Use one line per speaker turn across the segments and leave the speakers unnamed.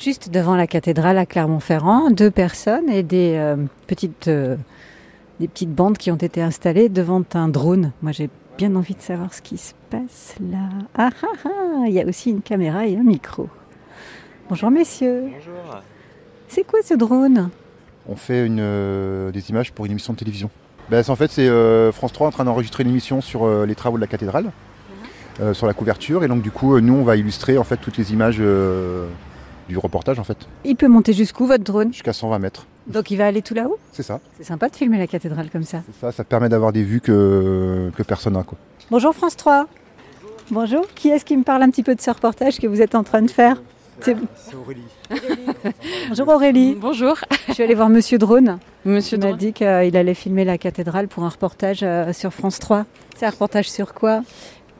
Juste devant la cathédrale à Clermont-Ferrand, deux personnes et des euh, petites euh, des petites bandes qui ont été installées devant un drone. Moi, j'ai bien envie de savoir ce qui se passe là. Ah ah ah, il y a aussi une caméra et un micro. Bonjour messieurs.
Bonjour.
C'est quoi ce drone
On fait une, euh, des images pour une émission de télévision. Ben, c'est- en fait, c'est euh, France 3 en train d'enregistrer une émission sur euh, les travaux de la cathédrale, euh, sur la couverture. Et donc, du coup, euh, nous, on va illustrer en fait toutes les images euh, du reportage, en fait,
Il peut monter jusqu'où votre drone
jusqu'à 120 mètres.
Donc il va aller tout là-haut
C'est ça.
C'est sympa de filmer la cathédrale comme ça.
C'est ça, ça permet d'avoir des vues que, que personne n'a. Quoi.
Bonjour France 3. Bonjour. Qui est-ce qui me parle un petit peu de ce reportage que vous êtes en train de faire C'est-
C'est Aurélie.
Bonjour Aurélie.
Bonjour.
Je suis allée voir Monsieur Drone.
Monsieur
Tu m'as
Drouin.
dit qu'il allait filmer la cathédrale pour un reportage euh, sur France 3. C'est un reportage sur quoi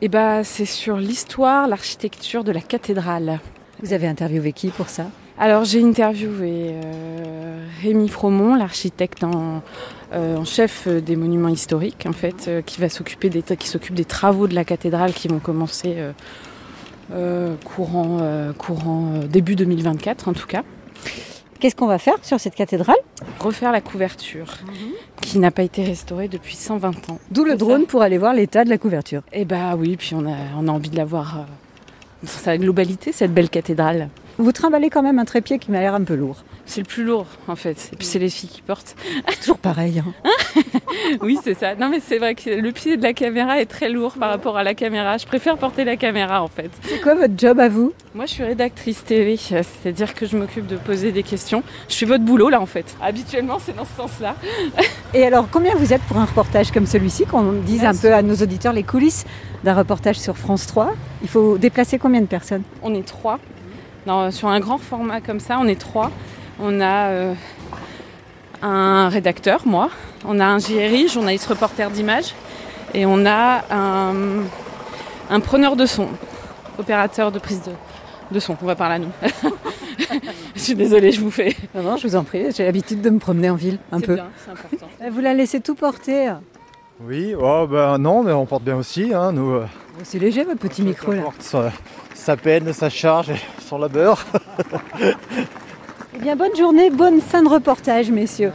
Eh ben, c'est sur l'histoire, l'architecture de la cathédrale.
Vous avez interviewé qui pour ça
Alors, j'ai interviewé euh, Rémi Fromont, l'architecte en, euh, en chef des monuments historiques, en fait, euh, qui va s'occuper des, qui s'occupe des travaux de la cathédrale qui vont commencer euh, euh, courant, euh, courant euh, début 2024, en tout cas.
Qu'est-ce qu'on va faire sur cette cathédrale
Refaire la couverture, qui n'a pas été restaurée depuis 120 ans.
D'où le
C'est
drone pour aller voir l'état de la couverture.
Eh ben oui, puis on a, on a envie de la voir euh, dans sa globalité, cette belle cathédrale.
Vous trimballez quand même un trépied qui m'a l'air un peu lourd.
C'est le plus lourd en fait. Et puis c'est les filles qui portent.
C'est toujours pareil. hein.
Oui, c'est ça. Non mais c'est vrai que le pied de la caméra est très lourd par rapport à la caméra. Je préfère porter la caméra en fait.
C'est quoi votre job à vous
Moi je suis rédactrice télé, c'est-à-dire que je m'occupe de poser des questions. Je suis votre boulot là en fait. Habituellement c'est dans ce sens-là.
Et alors, combien vous êtes pour un reportage comme celui-ci Qu'on dise un
Merci.
peu à nos auditeurs les coulisses d'un reportage sur France 3. Il faut déplacer combien de personnes
On est trois. Dans- sur un grand format comme ça, on est trois. On a euh, un rédacteur, moi. On a un JRI, journaliste reporter d'image. Et on a un, un preneur de son, opérateur de prise de, de son. On va par là, nous. je suis désolée, je vous fais.
Eh ben Non, non, je vous en prie. J'ai l'habitude de me promener en ville un
C'est
peu.
bien, c'est important.
Eh, Vous la laissez tout porter.
Oui, oh ben non, mais on porte bien aussi, hein, nous. euh,
Oh, C'est léger votre petit micro
On
là.
porte sa, sa peine, sa charge, et son labeur.
Eh bien, bonne journée, bonne fin de reportage, messieurs.